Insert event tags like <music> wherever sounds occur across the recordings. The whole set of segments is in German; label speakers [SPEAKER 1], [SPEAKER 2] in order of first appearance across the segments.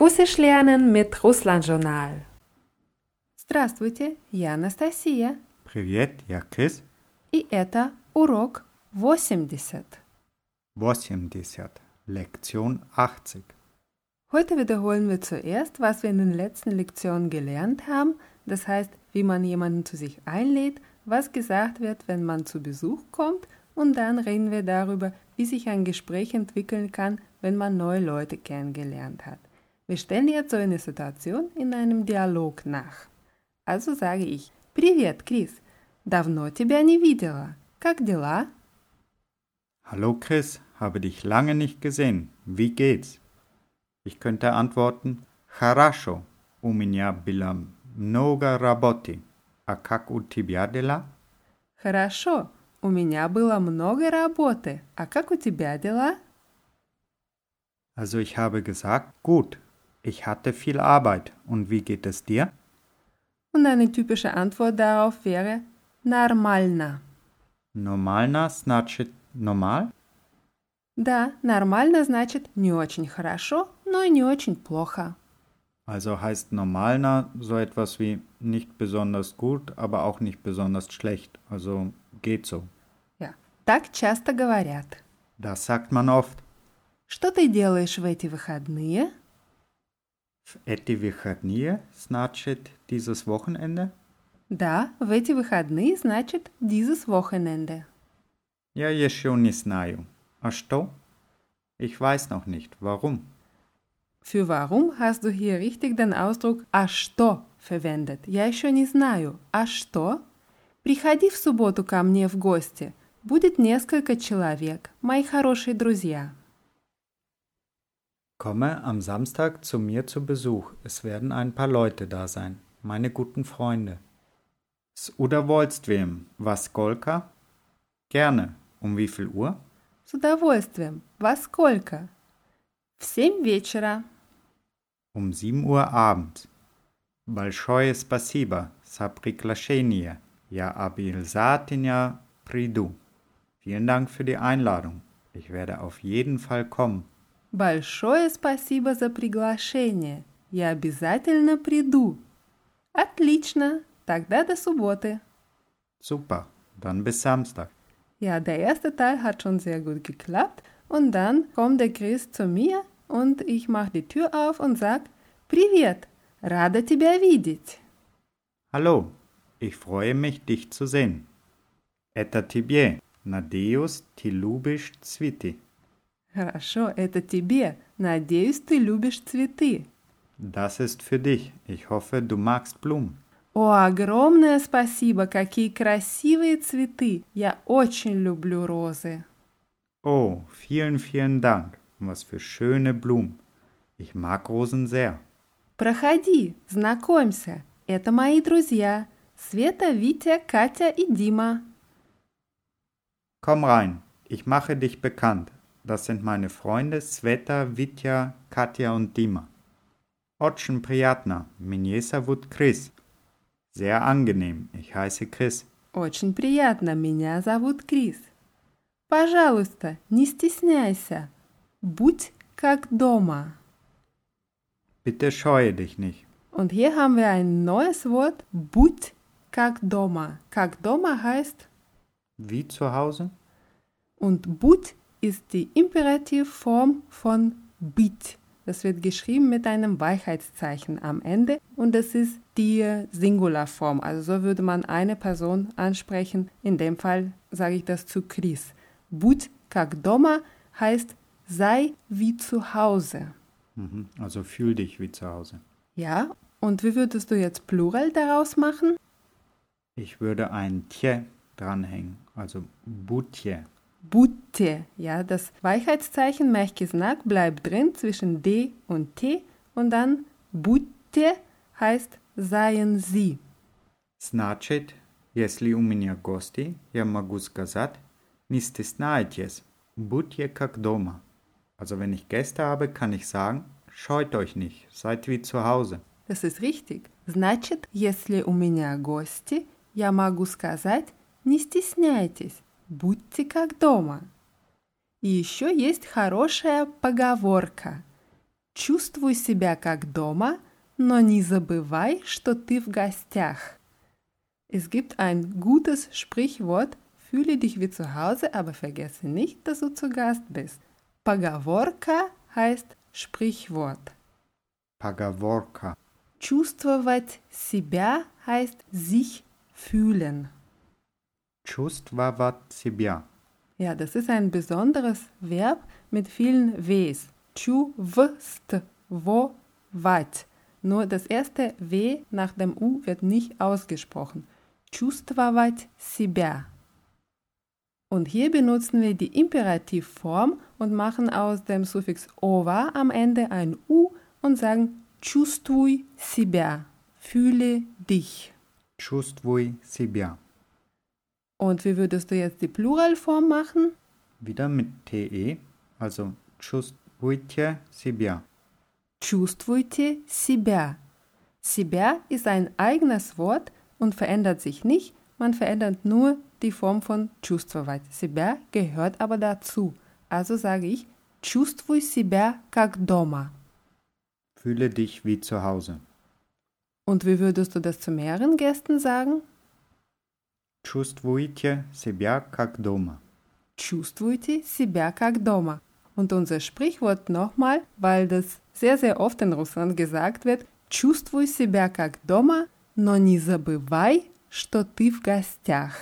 [SPEAKER 1] Russisch lernen mit Russland Journal. Здравствуйте, я Анастасия,
[SPEAKER 2] Привет, я Крис.
[SPEAKER 1] и это урок 80.
[SPEAKER 2] 80. Lektion 80.
[SPEAKER 1] Heute wiederholen wir zuerst, was wir in den letzten Lektionen gelernt haben, das heißt, wie man jemanden zu sich einlädt, was gesagt wird, wenn man zu Besuch kommt, und dann reden wir darüber, wie sich ein Gespräch entwickeln kann, wenn man neue Leute kennengelernt hat. Wir stellen jetzt so eine Situation in einem Dialog nach. Also sage ich: Привет, Крис. Давно тебя не видела. Как дела?
[SPEAKER 2] Hallo Chris, habe dich lange nicht gesehen. Wie geht's? Ich könnte antworten: Хорошо. У меня было много работы. А как у тебя дела?
[SPEAKER 1] Хорошо. У меня было много работы. А как у тебя дела?
[SPEAKER 2] Also ich habe gesagt: Gut. Ich hatte viel Arbeit. Und wie geht es dir?
[SPEAKER 1] Und eine typische Antwort darauf wäre нормально.
[SPEAKER 2] Normalna значит normal.
[SPEAKER 1] Да, нормально значит не очень хорошо, но и не очень плохo.
[SPEAKER 2] Also heißt normalna so etwas wie nicht besonders gut, aber auch nicht besonders schlecht. Also geht so.
[SPEAKER 1] Ja. Так часто говорят.
[SPEAKER 2] Das sagt man oft.
[SPEAKER 1] Что ты делаешь в эти выходные?
[SPEAKER 2] В эти выходные значит dieses Wochenende?
[SPEAKER 1] Да, в эти выходные значит dieses Wochenende.
[SPEAKER 2] Я еще не знаю. А что? Ich weiß noch nicht. Warum?
[SPEAKER 1] Für warum hast du hier richtig den Ausdruck «а что» verwendet. Я еще не знаю. А что? Приходи в субботу ко мне в гости. Будет несколько человек, мои хорошие друзья.
[SPEAKER 2] Komme am Samstag zu mir zu Besuch. Es werden ein paar Leute da sein. Meine guten Freunde. С удовольствием. Во сколько? Gerne. Um wie viel Uhr?
[SPEAKER 1] С удовольствием. Во сколько? В семь вечера.
[SPEAKER 2] Um 7 Uhr abends. Большое спасибо за приглашение. Я обязательно приду. Vielen Dank für die Einladung. Ich werde auf jeden Fall kommen.
[SPEAKER 1] Большое спасибо за приглашение. Я обязательно приду. Отлично. Тогда до субботы.
[SPEAKER 2] Super, dann bis Samstag.
[SPEAKER 1] Ja, der erste Teil hat schon sehr gut geklappt. Und dann kommt der Chris zu mir und ich mache die Tür auf und sage, Привет, рада тебя видеть.
[SPEAKER 2] Hallo, ich freue mich, dich zu sehen. Это тебе. Надеюсь, ты любишь цветы.
[SPEAKER 1] Хорошо, это тебе. Надеюсь, ты любишь цветы.
[SPEAKER 2] Das ist für dich. Ich hoffe, du magst Blumen.
[SPEAKER 1] О, огромное спасибо, какие красивые цветы. Я очень люблю розы.
[SPEAKER 2] Oh, vielen, vielen Dank. Was für schöne Blumen. Ich mag Rosen sehr.
[SPEAKER 1] Проходи, знакомься. Это мои друзья. Света, Витя, Катя и Дима.
[SPEAKER 2] Komm rein, ich mache dich bekannt. Das sind meine Freunde Sveta, Vitya, Katja und Dima. Очень приятно. Меня зовут Chris. Sehr angenehm. Ich heiße Chris.
[SPEAKER 1] Очень приятно, меня зовут Крис. Пожалуйста, не стесняйся. Будь как дома.
[SPEAKER 2] Bitte scheue dich nicht.
[SPEAKER 1] Und hier haben wir ein neues Wort. Будь как дома. Как дома heißt
[SPEAKER 2] Wie zu Hause?
[SPEAKER 1] Und будь ist die Imperativform von быть. Das wird geschrieben mit einem Weichheitszeichen am Ende und das ist die Singularform. Also so würde man eine Person ansprechen. In dem Fall sage ich das zu Chris. Будь как дома heißt sei wie zu Hause.
[SPEAKER 2] Mhm. Also fühl dich wie zu Hause.
[SPEAKER 1] Ja, und wie würdest du jetzt Plural daraus machen?
[SPEAKER 2] Ich würde ein Tje dranhängen. Also Butje.
[SPEAKER 1] Будьте. Ja, das Weichheitszeichen Merkisnak bleibt drin zwischen D und T und dann будьте heißt seien Sie.
[SPEAKER 2] Значит, если у меня гости, я могу сказать, не стесняйтесь, будьте как дома. Also wenn ich Gäste habe, kann ich sagen, scheut euch nicht, seid wie zu Hause.
[SPEAKER 1] Das ist richtig. Значит, если у меня гости, я могу сказать «не стесняйтесь, будьте как дома». И еще есть хорошая поговорка. Чувствуй себя как дома, но не забывай, что ты в гостях. Es gibt ein gutes Sprichwort, fühle dich wie zu Hause, aber vergesse nicht, dass du zu Gast bist. Поговорка heißt Sprichwort.
[SPEAKER 2] Pagavorka.
[SPEAKER 1] Чувствовать себя heißt sich fühlen.
[SPEAKER 2] Чувствовать себя.
[SPEAKER 1] Ja, das ist ein besonderes Verb mit vielen Ws. Чувствовать. Nur das erste W nach dem U wird nicht ausgesprochen. Чувствовать себя. Und hier benutzen wir die Imperativform und machen aus dem Suffix ova am Ende ein U und sagen чувствуй себя. Fühle dich.
[SPEAKER 2] Чувствуй себя.
[SPEAKER 1] Und wie würdest du jetzt die Pluralform machen?
[SPEAKER 2] Wieder mit TE, also чувствуйте себя.
[SPEAKER 1] Чувствуйте себя. Себя ist ein eigenes Wort und verändert sich nicht, man verändert nur die Form von чувствовать. Себя gehört aber dazu. Also sage ich чувствуй себя как дома.
[SPEAKER 2] Fühle dich wie zu Hause.
[SPEAKER 1] Und wie würdest du das zu mehreren Gästen sagen?
[SPEAKER 2] Чувствуйте себя как дома.
[SPEAKER 1] Чувствуйте себя как дома. Und unser Sprichwort nochmal, weil das sehr, sehr oft in Russland gesagt wird, чувствуй себя как дома, но не забывай, что ты в гостях.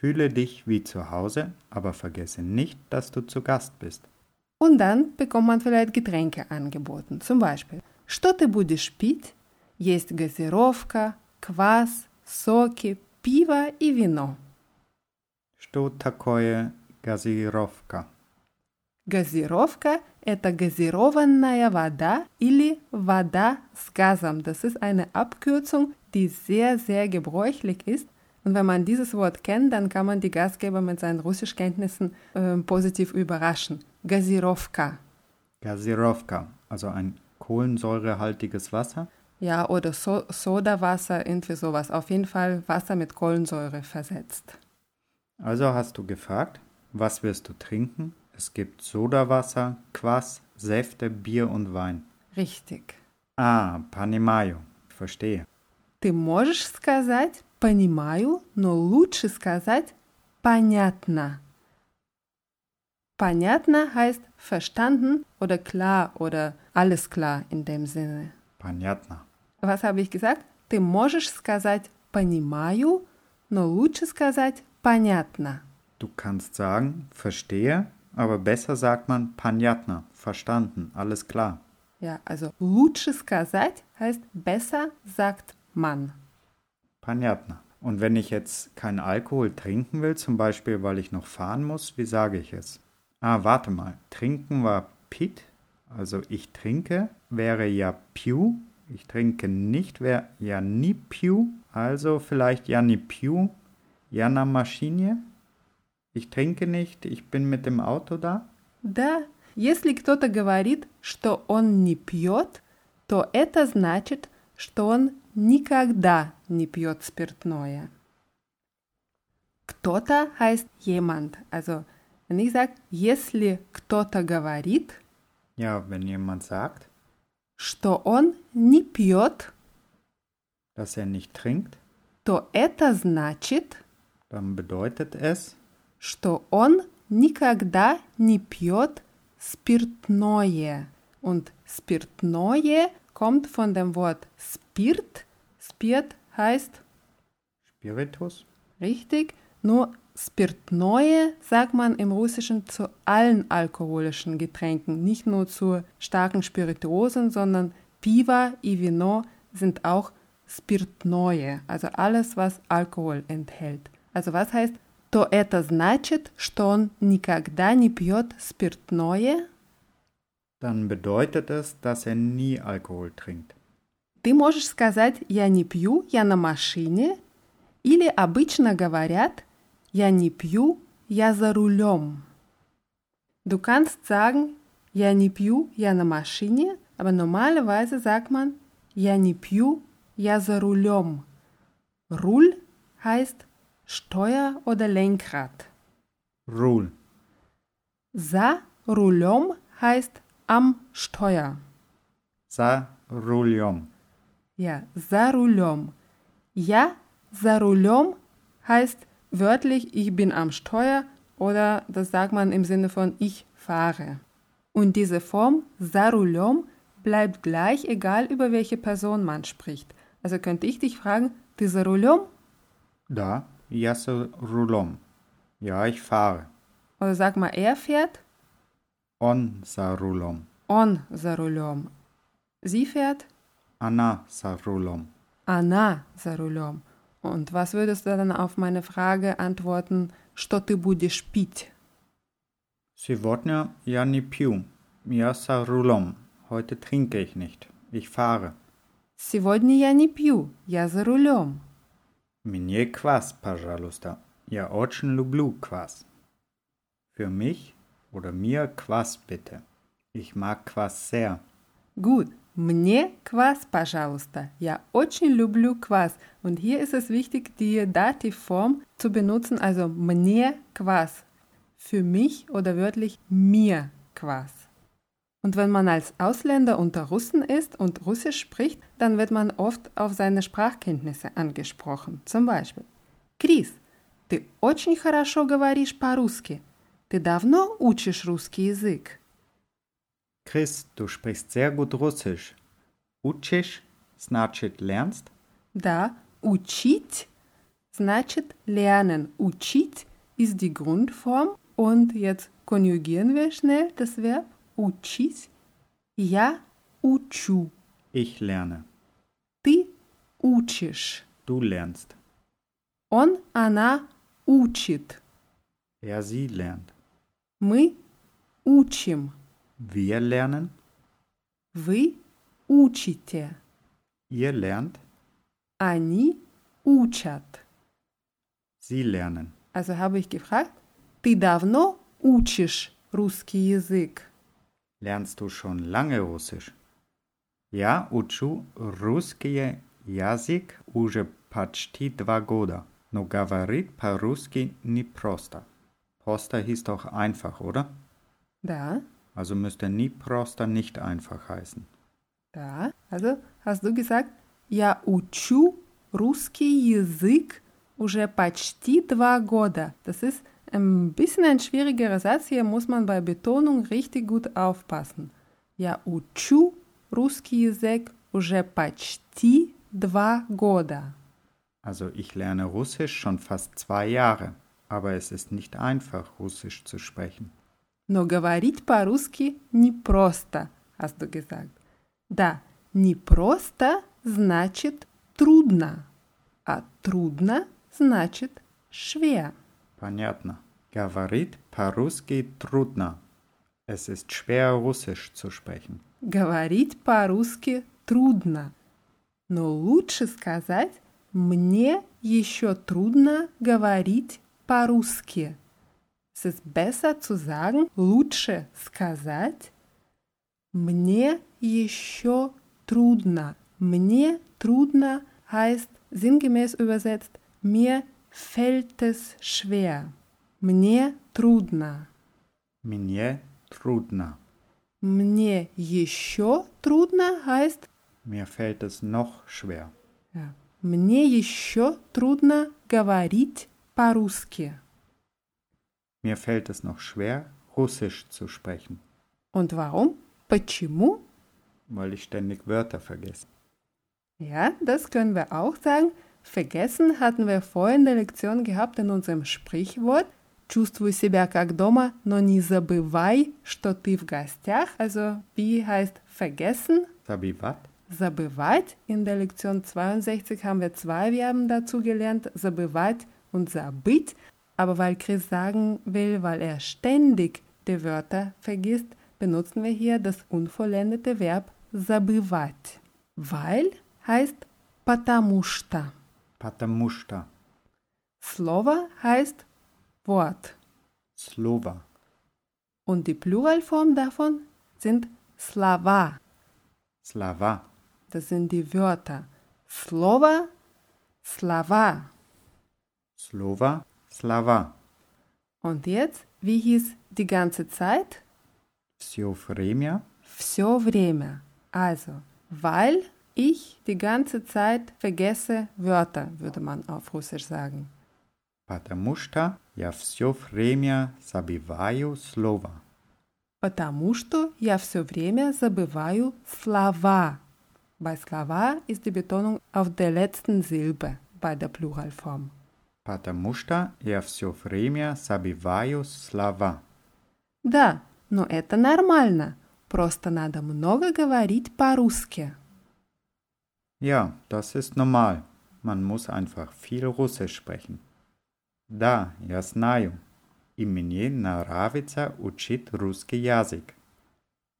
[SPEAKER 2] Fühle dich wie zu Hause, aber vergesse nicht, dass du zu Gast bist.
[SPEAKER 1] Und dann bekommt man vielleicht Getränke angeboten. Zum Beispiel, что ты будешь пить? Есть газировка, квас, соки, пиво и вино.
[SPEAKER 2] Что такое газировка?
[SPEAKER 1] Газировка – это газированная вода или вода с газом. Das ist eine Abkürzung, die sehr, sehr gebräuchlich ist. Und wenn man dieses Wort kennt, dann kann man die Gastgeber mit seinen Russischkenntnissen äh, positiv überraschen. Газировка.
[SPEAKER 2] Газировка, also ein kohlensäurehaltiges Wasser.
[SPEAKER 1] Ja, oder so Sodawasser, irgendwie sowas. Auf jeden Fall Wasser mit Kohlensäure versetzt.
[SPEAKER 2] Also hast du gefragt, was wirst du trinken? Es gibt Sodawasser, Quass, Säfte, Bier und Wein.
[SPEAKER 1] Richtig.
[SPEAKER 2] Ah, понимаю. Ich verstehe.
[SPEAKER 1] Ты можешь сказать «понимаю», но лучше сказать «понятно». Понятно heißt verstanden oder klar oder alles klar in dem Sinne.
[SPEAKER 2] Понятно.
[SPEAKER 1] Was habe ich gesagt? Ты можешь сказать «понимаю», но лучше сказать «понятно».
[SPEAKER 2] Du kannst sagen, verstehe, aber besser sagt man понятно, verstanden, alles klar.
[SPEAKER 1] Ja, also лучше сказать heißt besser sagt man.
[SPEAKER 2] Понятно. Und wenn ich jetzt keinen Alkohol trinken will, zum Beispiel weil ich noch fahren muss, wie sage ich es? Ah, warte mal. Trinken war pit, also ich trinke, wäre ja piu. Ich trinke nicht, wäre ja ni piu. Also vielleicht ja ni piu, ja na Maschine. Ich trinke nicht, ich bin mit dem Auto da.
[SPEAKER 1] Да, если кто-то говорит, что он не пьет, то это значит, что он никогда не пьет спиртное. Кто-то heißt jemand. Also, wenn ich sage, если кто-то говорит,
[SPEAKER 2] Ja, wenn jemand sagt,
[SPEAKER 1] что он не пьет,
[SPEAKER 2] dass er nicht trinkt,
[SPEAKER 1] то это значит,
[SPEAKER 2] dann bedeutet es,
[SPEAKER 1] что он никогда не пьет спиртное. Und спиртное kommt von dem Wort Spirt. Spirt heißt
[SPEAKER 2] Spiritus,
[SPEAKER 1] richtig, nur спиртное sagt man im Russischen zu allen alkoholischen Getränken, nicht nur zu starken Spirituosen, sondern Piva и вино sind auch спиртное, also alles, was Alkohol enthält. Also was heißt, то это значит, что он никогда не пьет спиртное?
[SPEAKER 2] dann bedeutet es, dass er nie Alkohol trinkt.
[SPEAKER 1] Ты можешь сказать «я не пью, я на машине» или обычно говорят «я не пью, я за рулем». Du kannst sagen «я не пью, я на машине», aber normalerweise sagt man «я не пью, я за рулем». Руль heißt Steuer oder Lenkrad.
[SPEAKER 2] Rule,
[SPEAKER 1] За рулем heißt am Steuer.
[SPEAKER 2] За рулем.
[SPEAKER 1] Ja, за рулем. Ja, за рулем heißt wörtlich ich bin am Steuer oder das sagt man im Sinne von ich fahre. Und diese Form за рулем bleibt gleich, egal über welche Person man spricht. Also könnte ich dich fragen, ты за рулем?
[SPEAKER 2] Да, я за рулем. Ja, ich fahre.
[SPEAKER 1] Oder sag mal, er fährt
[SPEAKER 2] Он за рулем.
[SPEAKER 1] он за рулем. Sie fährt
[SPEAKER 2] Она за рулем.
[SPEAKER 1] она за рулем. Und was würdest du dann auf meine Frage antworten, что ты будешь пить?
[SPEAKER 2] Сегодня я не пью. Я за рулем. Heute trinke ich nicht. Ich fahre.
[SPEAKER 1] Сегодня я не пью, я за рулем.
[SPEAKER 2] Мне квас, пожалуйста. Я очень люблю квас. Für mich oder mir Quass bitte. Ich mag Quass sehr.
[SPEAKER 1] Gut. Мне квас, пожалуйста. Я очень люблю квас. Und hier ist es wichtig, die Dativform zu benutzen, also мне квас. Für mich oder wörtlich mir квас. Und wenn man als Ausländer unter Russen ist und Russisch spricht, dann wird man oft auf seine Sprachkenntnisse angesprochen. Zum Beispiel, Крис, ты очень хорошо говоришь по-русски. Ты давно учишь русский язык?
[SPEAKER 2] Chris, du sprichst sehr gut Russisch. Učiš, значит lernst?
[SPEAKER 1] Да, учить значит lernen. Учить ist die Grundform. Und jetzt konjugieren wir schnell das Verb учить. Я учу.
[SPEAKER 2] Ich lerne.
[SPEAKER 1] Ты учишь.
[SPEAKER 2] Du lernst.
[SPEAKER 1] Он, она учит.
[SPEAKER 2] Er, sie lernt.
[SPEAKER 1] Мы учим.
[SPEAKER 2] Wir lernen.
[SPEAKER 1] Вы учите.
[SPEAKER 2] Ihr lernt.
[SPEAKER 1] Они учат.
[SPEAKER 2] Sie lernen.
[SPEAKER 1] Also habe ich gefragt, ты давно учишь русский язык?
[SPEAKER 2] Lernst du schon lange Russisch? Ja, учу русский язык уже почти два года. Но говорить по-русски не просто. Просто hieß doch einfach, oder?
[SPEAKER 1] Да.
[SPEAKER 2] Also müsste nie просто nicht einfach heißen.
[SPEAKER 1] Да. Also hast du gesagt, я учу русский язык уже почти два года. Das ist ein bisschen ein schwierigerer Satz. Hier muss man bei Betonung richtig gut aufpassen. Я учу русский язык уже почти два года.
[SPEAKER 2] Also ich lerne Russisch schon fast zwei Jahre. Aber es ist nicht einfach, Russisch zu sprechen.
[SPEAKER 1] Но говорить по-русски непросто, hast du gesagt. Да, непросто значит трудно, а трудно значит schwer.
[SPEAKER 2] Понятно. Говорит по-русски трудно. Es ist schwer, Russisch zu sprechen.
[SPEAKER 1] Говорить по-русски трудно. Но лучше сказать «мне еще трудно говорить по-русски». Es ist besser zu sagen, лучше сказать «мне еще трудно». «Мне трудно» heißt sinngemäß übersetzt «mir fällt es schwer». «Мне трудно».
[SPEAKER 2] Мне трудно.
[SPEAKER 1] Мне еще трудно heißt
[SPEAKER 2] Mir fällt es noch schwer.
[SPEAKER 1] ja, Мне еще трудно говорить по-русски.
[SPEAKER 2] Mir fällt es noch schwer, Russisch zu sprechen,
[SPEAKER 1] Und warum? Почему?
[SPEAKER 2] weil ich ständig Wörter vergesse.
[SPEAKER 1] Ja, das können wir auch sagen. Vergessen hatten wir vorhin der Lektion gehabt in unserem Sprichwort. Чувствуй себя как дома, но не забывай, что ты в гостях. Also, wie heißt vergessen?
[SPEAKER 2] Sabi wat?
[SPEAKER 1] Забывать. In der Lektion 62 haben wir zwei Verben dazu gelernt, забывать und забыть. Aber weil Chris sagen will, weil er ständig die Wörter vergisst, benutzen wir hier das unvollendete Verb забывать. Weil heißt потому что.
[SPEAKER 2] Patamushta.
[SPEAKER 1] Слово heißt Wort.
[SPEAKER 2] Slova.
[SPEAKER 1] Und die Pluralform davon sind слова.
[SPEAKER 2] Slava.
[SPEAKER 1] Das sind die Wörter. Слово, слова.
[SPEAKER 2] Slova. Slava.
[SPEAKER 1] Und jetzt, wie hieß die ganze Zeit?
[SPEAKER 2] Все время
[SPEAKER 1] все время. Also, weil ich die ganze Zeit vergesse Wörter, würde man auf Russisch sagen.
[SPEAKER 2] Потому что я все время забываю слова.
[SPEAKER 1] Потому что я все время забываю слова. Bei слова ist die Betonung auf der letzten Silbe bei der Pluralform.
[SPEAKER 2] Потому что я все время забываю слова.
[SPEAKER 1] Да, но это нормально. Просто надо много говорить по-русски.
[SPEAKER 2] Ja, das ist normal. Man muss einfach viel Russisch sprechen. Да, я знаю. И мне нравится учить русский язык.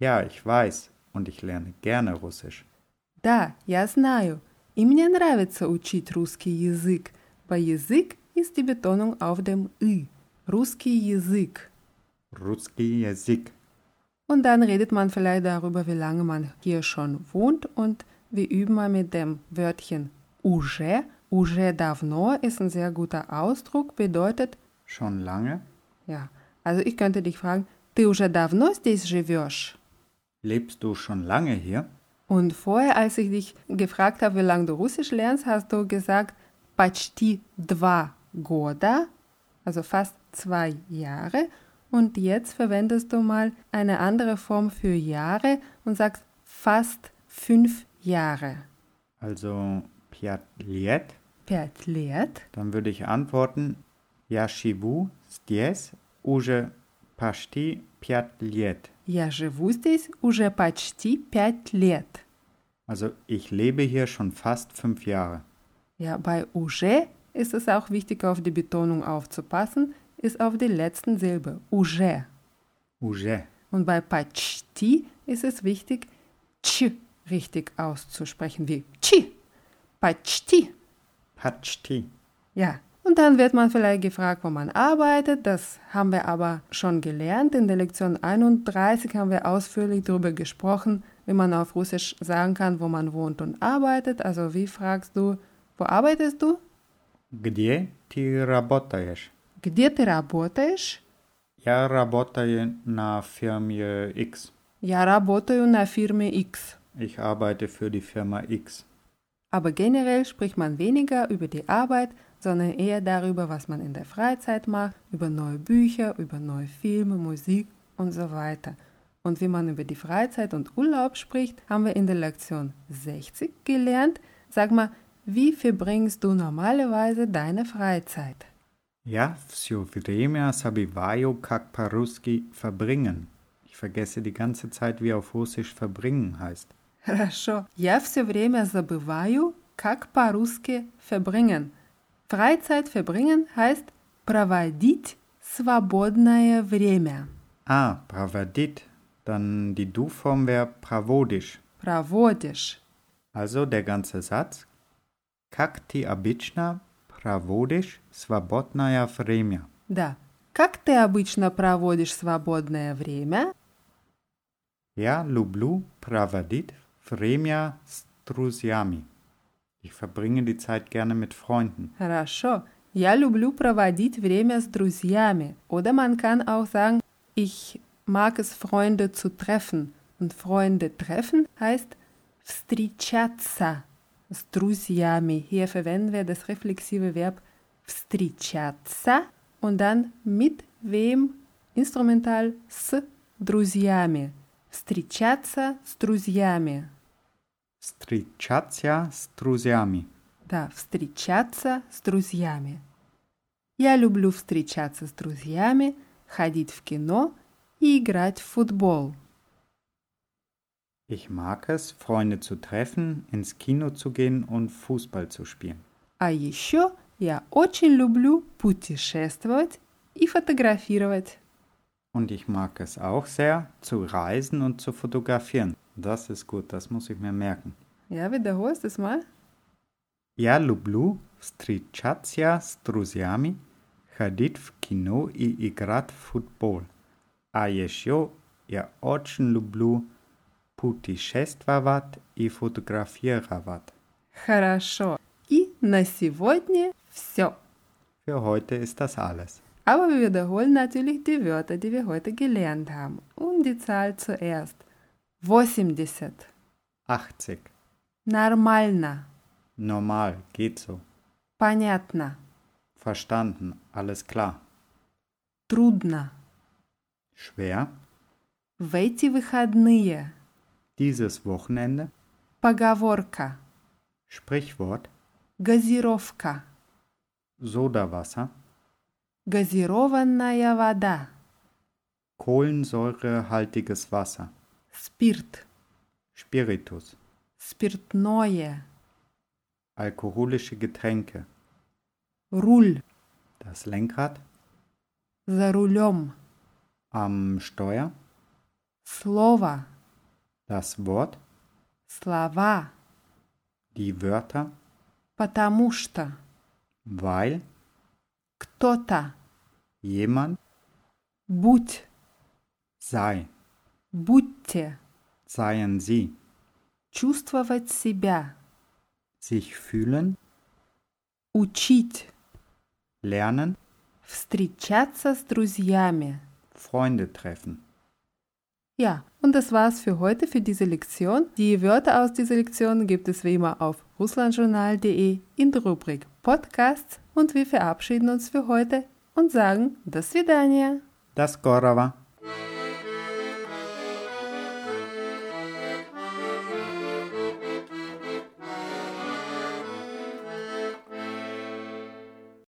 [SPEAKER 2] Ja, ich weiß und ich lerne gerne Russisch.
[SPEAKER 1] Да, я знаю. И мне нравится учить русский язык. Bei язык ist die Betonung auf dem i. Русский язык.
[SPEAKER 2] Ruski Язык.
[SPEAKER 1] Und dann redet man vielleicht darüber, wie lange man hier schon wohnt und wir üben mal mit dem Wörtchen уже. Уже давно ist ein sehr guter Ausdruck, bedeutet,
[SPEAKER 2] Schon lange
[SPEAKER 1] ja, also ich könnte dich fragen, ты уже давно здесь живешь?
[SPEAKER 2] lebst du schon lange hier?
[SPEAKER 1] Und vorher, als ich dich gefragt habe, wie lange du Russisch lernst, hast du gesagt, почти два года, also fast zwei Jahre. Und jetzt verwendest du mal eine andere Form für Jahre und sagst fast fünf Jahre.
[SPEAKER 2] Also пять лет?
[SPEAKER 1] Пять лет.
[SPEAKER 2] Dann würde ich antworten, я живу здесь уже почти пять лет.
[SPEAKER 1] Я живу здесь уже почти пять лет.
[SPEAKER 2] Also ich lebe hier schon fast fünf Jahre.
[SPEAKER 1] Ja, bei уже ist es auch wichtig, auf die Betonung aufzupassen, ist auf die letzten Silbe. Уже.
[SPEAKER 2] Уже.
[SPEAKER 1] Und bei почти ist es wichtig, ч richtig auszusprechen, wie чи, почти.
[SPEAKER 2] Почти.
[SPEAKER 1] Ja, und dann wird man vielleicht gefragt, wo man arbeitet. Das haben wir aber schon gelernt. In der Lektion 31 haben wir ausführlich darüber gesprochen, wie man auf Russisch sagen kann, wo man wohnt und arbeitet. Also wie fragst du, wo arbeitest du?
[SPEAKER 2] Где ты работаешь?
[SPEAKER 1] Где ты работаешь?
[SPEAKER 2] Я работаю на фирме X.
[SPEAKER 1] Я работаю на фирме X.
[SPEAKER 2] Ich arbeite für die Firma X.
[SPEAKER 1] Aber generell spricht man weniger über die Arbeit, sondern eher darüber, was man in der Freizeit macht, über neue Bücher, über neue Filme, Musik und so weiter. Und wie man über die Freizeit und Urlaub spricht, haben wir in der Lektion 60 gelernt. Sag mal, wie verbringst du normalerweise deine Freizeit? <laughs>
[SPEAKER 2] Ja, все время забываю, как по-русски verbringen. Ich vergesse die ganze Zeit, wie auf Russisch verbringen heißt.
[SPEAKER 1] Хорошо. Я все время забываю, как по-русски verbringen. Freizeit verbringen heißt проводить свободное время.
[SPEAKER 2] Ah, bravadit. Dann die Du-Form wäre pravodisch.
[SPEAKER 1] Проводишь.
[SPEAKER 2] Also der ganze Satz. Как ты обычно проводишь свободное время?
[SPEAKER 1] Да. Как ты обычно проводишь свободное время?
[SPEAKER 2] Я люблю проводить время с друзьями. Ich verbringe die Zeit gerne mit Freunden.
[SPEAKER 1] Хорошо. Я люблю проводить время с друзьями. Oder man kann auch sagen, ich mag es, Freunde zu treffen. Und Freunde treffen heißt встречаться с друзьями. Hier verwenden wir das reflexive Verb встречаться und dann mit wem Instrumental с друзьями. Встречаться с друзьями.
[SPEAKER 2] Встречаться с друзьями.
[SPEAKER 1] Да, встречаться с друзьями. Я люблю встречаться с друзьями, ходить в кино и играть в футбол.
[SPEAKER 2] Ich mag es, Freunde zu treffen, ins Kino zu gehen und Fußball zu spielen.
[SPEAKER 1] А еще я очень люблю путешествовать и фотографировать.
[SPEAKER 2] Und ich mag es auch sehr, zu reisen und zu fotografieren. Das ist gut, das muss ich mir merken.
[SPEAKER 1] Я wiederholst es mal.
[SPEAKER 2] Я люблю встречаться с друзьями, ходить в кино и играть в футбол. А еще я очень люблю путешествовать и фотографировать.
[SPEAKER 1] Хорошо. И на сегодня все.
[SPEAKER 2] Für heute ist das alles.
[SPEAKER 1] Aber wir wiederholen natürlich die Wörter, die wir heute gelernt haben. Und die Zahl zuerst. 80.
[SPEAKER 2] 80.
[SPEAKER 1] Нормально.
[SPEAKER 2] Normal, geht so.
[SPEAKER 1] Понятно.
[SPEAKER 2] Verstanden, alles klar.
[SPEAKER 1] Трудно.
[SPEAKER 2] Schwer,
[SPEAKER 1] В эти выходные.
[SPEAKER 2] dieses Wochenende,
[SPEAKER 1] Поговорка.
[SPEAKER 2] Sprichwort,
[SPEAKER 1] Газировка.
[SPEAKER 2] Sodawasser,
[SPEAKER 1] Газированная вода.
[SPEAKER 2] kohlensäurehaltiges Wasser,
[SPEAKER 1] Спирт.
[SPEAKER 2] Spiritus,
[SPEAKER 1] Спиртное.
[SPEAKER 2] alkoholische Getränke,
[SPEAKER 1] Руль.
[SPEAKER 2] das Lenkrad,
[SPEAKER 1] За рулем.
[SPEAKER 2] am Steuer,
[SPEAKER 1] Слово.
[SPEAKER 2] das Wort,
[SPEAKER 1] Слова.
[SPEAKER 2] die Wörter,
[SPEAKER 1] Потому что.
[SPEAKER 2] weil,
[SPEAKER 1] Кто-то.
[SPEAKER 2] jemand,
[SPEAKER 1] Будь.
[SPEAKER 2] sei,
[SPEAKER 1] Будьте.
[SPEAKER 2] seien sie,
[SPEAKER 1] Чувствовать себя.
[SPEAKER 2] sich fühlen,
[SPEAKER 1] Учить.
[SPEAKER 2] lernen,
[SPEAKER 1] Встречаться с друзьями.
[SPEAKER 2] Freunde treffen.
[SPEAKER 1] Ja, und das war's für heute für diese Lektion. Die Wörter aus dieser Lektion gibt es wie immer auf russlandjournal.de in der Rubrik Podcasts und wir verabschieden uns für heute und sagen das Vidania.
[SPEAKER 2] Das Gorava.